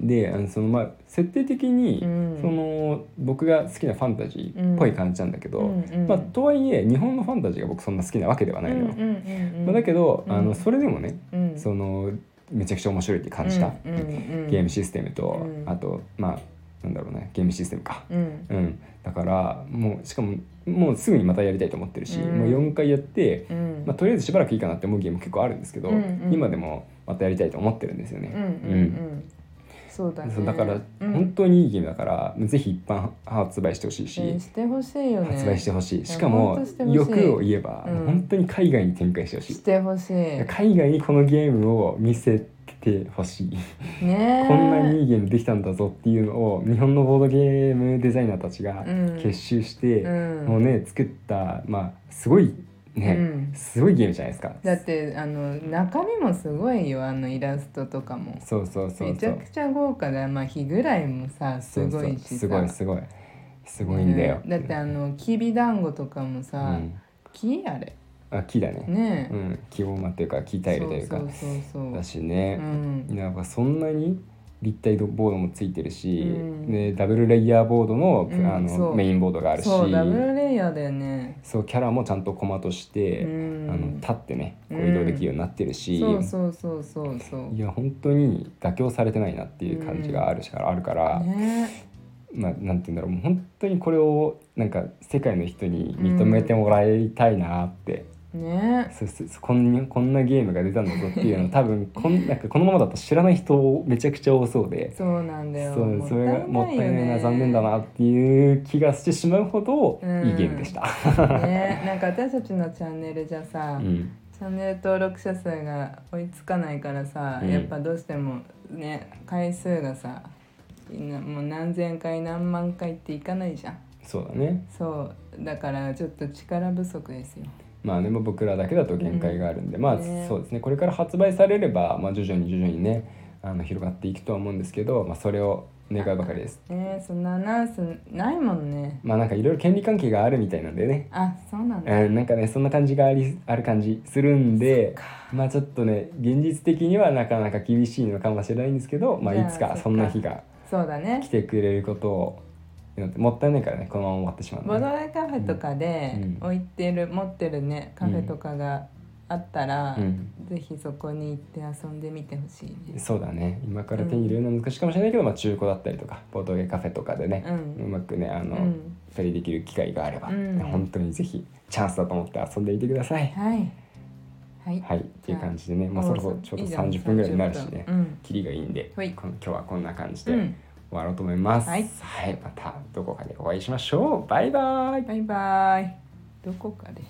[SPEAKER 1] であのそのまあ設定的に、
[SPEAKER 2] うん
[SPEAKER 1] その僕が好きなファンタジーっぽい感じなんだけど、
[SPEAKER 2] うんうん
[SPEAKER 1] まあ、とはいえ日本のファンタジーが僕そんな好きなわけでは
[SPEAKER 2] う
[SPEAKER 1] なんいのよ、
[SPEAKER 2] うんうんうん
[SPEAKER 1] まあ、だけど、
[SPEAKER 2] うん
[SPEAKER 1] あのそれでもね
[SPEAKER 2] うん
[SPEAKER 1] そのめちゃくちゃ面白いって感じた、
[SPEAKER 2] うんうんうん
[SPEAKER 1] ゲームシステムと、
[SPEAKER 2] うん
[SPEAKER 1] あとまあなんだろうねゲームシステムか、
[SPEAKER 2] うん
[SPEAKER 1] うん、だからもうしかももうすぐにまたやりたいと思ってるし、
[SPEAKER 2] うん
[SPEAKER 1] もう4回やって、
[SPEAKER 2] うん
[SPEAKER 1] まあ、とりあえずしばらくいいかなって思うゲーム結構あるんですけど、
[SPEAKER 2] うんうん
[SPEAKER 1] 今でもまたやりたいと思ってるんですよね。
[SPEAKER 2] うんうんうんそうだね
[SPEAKER 1] そうだから、
[SPEAKER 2] うん
[SPEAKER 1] 本当にいいゲームだからぜひ一般発売してほしいし、
[SPEAKER 2] えーしてほしいよね
[SPEAKER 1] 発売して
[SPEAKER 2] ほ
[SPEAKER 1] ほしい、
[SPEAKER 2] や
[SPEAKER 1] しかも
[SPEAKER 2] 本当してほしい
[SPEAKER 1] 欲を言えば、
[SPEAKER 2] うん
[SPEAKER 1] 本当に海外に展開してほしい
[SPEAKER 2] してほしいね
[SPEAKER 1] 海外にこのゲームを見せてほしい、
[SPEAKER 2] え
[SPEAKER 1] こんなにいいゲームできたんだぞっていうのを日本のボードゲームデザイナーたちが
[SPEAKER 2] うん
[SPEAKER 1] 結集して、
[SPEAKER 2] うん
[SPEAKER 1] もうね作ったまあすごいね、
[SPEAKER 2] うん
[SPEAKER 1] すごいゲームじゃないですか
[SPEAKER 2] だってあの中身もすごいよあのイラストとかも
[SPEAKER 1] そうそうそうそう
[SPEAKER 2] めちゃくちゃ豪華だまあ日ぐらいもさす
[SPEAKER 1] そうそう
[SPEAKER 2] ごいしさ
[SPEAKER 1] すごいすごいすごいんだよ、
[SPEAKER 2] うんだってあのきびだんごとかも
[SPEAKER 1] う
[SPEAKER 2] さ、
[SPEAKER 1] ん、
[SPEAKER 2] 木あれ
[SPEAKER 1] あ木だね
[SPEAKER 2] ねえ、
[SPEAKER 1] うん木をまっていうか木タイルというか
[SPEAKER 2] そうそうそうそう
[SPEAKER 1] だしね、
[SPEAKER 2] うん
[SPEAKER 1] なんかそんなに立体ボードもついてるし、
[SPEAKER 2] うん
[SPEAKER 1] でダブルレイヤーボードの,、
[SPEAKER 2] うん
[SPEAKER 1] あ
[SPEAKER 2] そ
[SPEAKER 1] の
[SPEAKER 2] う
[SPEAKER 1] メインボードがあるし
[SPEAKER 2] そうダブルレイヤーだよね
[SPEAKER 1] そうキャラもちゃんとコマとして、
[SPEAKER 2] うん
[SPEAKER 1] あの立ってねこう移動できるようになってるし、
[SPEAKER 2] そうそうそうそうそう
[SPEAKER 1] いや本当に妥協されてないなっていう感じがあるし、あるから、
[SPEAKER 2] ね
[SPEAKER 1] まあ、なんて言うんだろうもう本当にこれをなんか世界の人に認めてもらいたいなって、
[SPEAKER 2] ね
[SPEAKER 1] そうそうそうこんなこんなゲームが出たんだぞっていうの多分こんなんかこのままだと知らない人めちゃくちゃ多そうで。
[SPEAKER 2] そうなんだよ
[SPEAKER 1] そうそれがもったいないな、
[SPEAKER 2] よね
[SPEAKER 1] 残念だなっていう気がしてしまうほど、
[SPEAKER 2] うん
[SPEAKER 1] いいゲームでした。
[SPEAKER 2] ねなんか私たちのチャンネルじゃさ、
[SPEAKER 1] うん、
[SPEAKER 2] チャンネル登録者数が追いつかないからさ、
[SPEAKER 1] うん
[SPEAKER 2] やっぱどうしてもね回数がさなもう何千回何万回っていかないじゃん
[SPEAKER 1] そうだね。
[SPEAKER 2] そうだからちょっと力不足ですよ
[SPEAKER 1] まあでも僕らだけだと限界があるんで、まあ
[SPEAKER 2] ね
[SPEAKER 1] そうですねこれから発売されれば、まあ、徐々に徐々にねあの広がっていくとは思うんですけど、まあ、それを願うばかりです
[SPEAKER 2] ねそんなアナウンスないもんね
[SPEAKER 1] まあなんかいろいろ権利関係があるみたいなんでね、
[SPEAKER 2] あそうなんだ、
[SPEAKER 1] うん、なんかねそんな感じがありある感じするんでまあちょっとね現実的にはなかなか厳しいのかもしれないんですけど、まあ、
[SPEAKER 2] じゃあ
[SPEAKER 1] いつか
[SPEAKER 2] そっか
[SPEAKER 1] そんな日が
[SPEAKER 2] そうだ
[SPEAKER 1] 来
[SPEAKER 2] ね
[SPEAKER 1] てくれることを祈ってもったいないからねこのまま終わってしまう
[SPEAKER 2] ボー
[SPEAKER 1] の
[SPEAKER 2] ド
[SPEAKER 1] で
[SPEAKER 2] ゲームカフェとかで
[SPEAKER 1] うん
[SPEAKER 2] 置いてる、持ってるねカフェとかがあったら、
[SPEAKER 1] うん
[SPEAKER 2] ぜひそこに行って遊んでみてほしいね
[SPEAKER 1] そうだね今から手に入れるのは難しいかもしれないけど、まあ、中古だったりとかボードゲーカフェとかでね、
[SPEAKER 2] うん
[SPEAKER 1] うまくねあの、
[SPEAKER 2] うん
[SPEAKER 1] プレイできる機会があれば、
[SPEAKER 2] うん
[SPEAKER 1] 本当にぜひチャンスだと思って遊んでみてください。
[SPEAKER 2] はいはい
[SPEAKER 1] はい、っていう感じでね、まあ、そろそろちょうど
[SPEAKER 2] いいじゃん
[SPEAKER 1] 30分ぐらいになるし
[SPEAKER 2] 30
[SPEAKER 1] ね
[SPEAKER 2] 分うん
[SPEAKER 1] キリがいいんで、
[SPEAKER 2] はい
[SPEAKER 1] この今日はこんな感じで
[SPEAKER 2] う
[SPEAKER 1] 終
[SPEAKER 2] ん
[SPEAKER 1] 終わろうと思います。
[SPEAKER 2] はい
[SPEAKER 1] はい、またどこかでお会いしましょう。バイバイ。
[SPEAKER 2] バイバイどこかで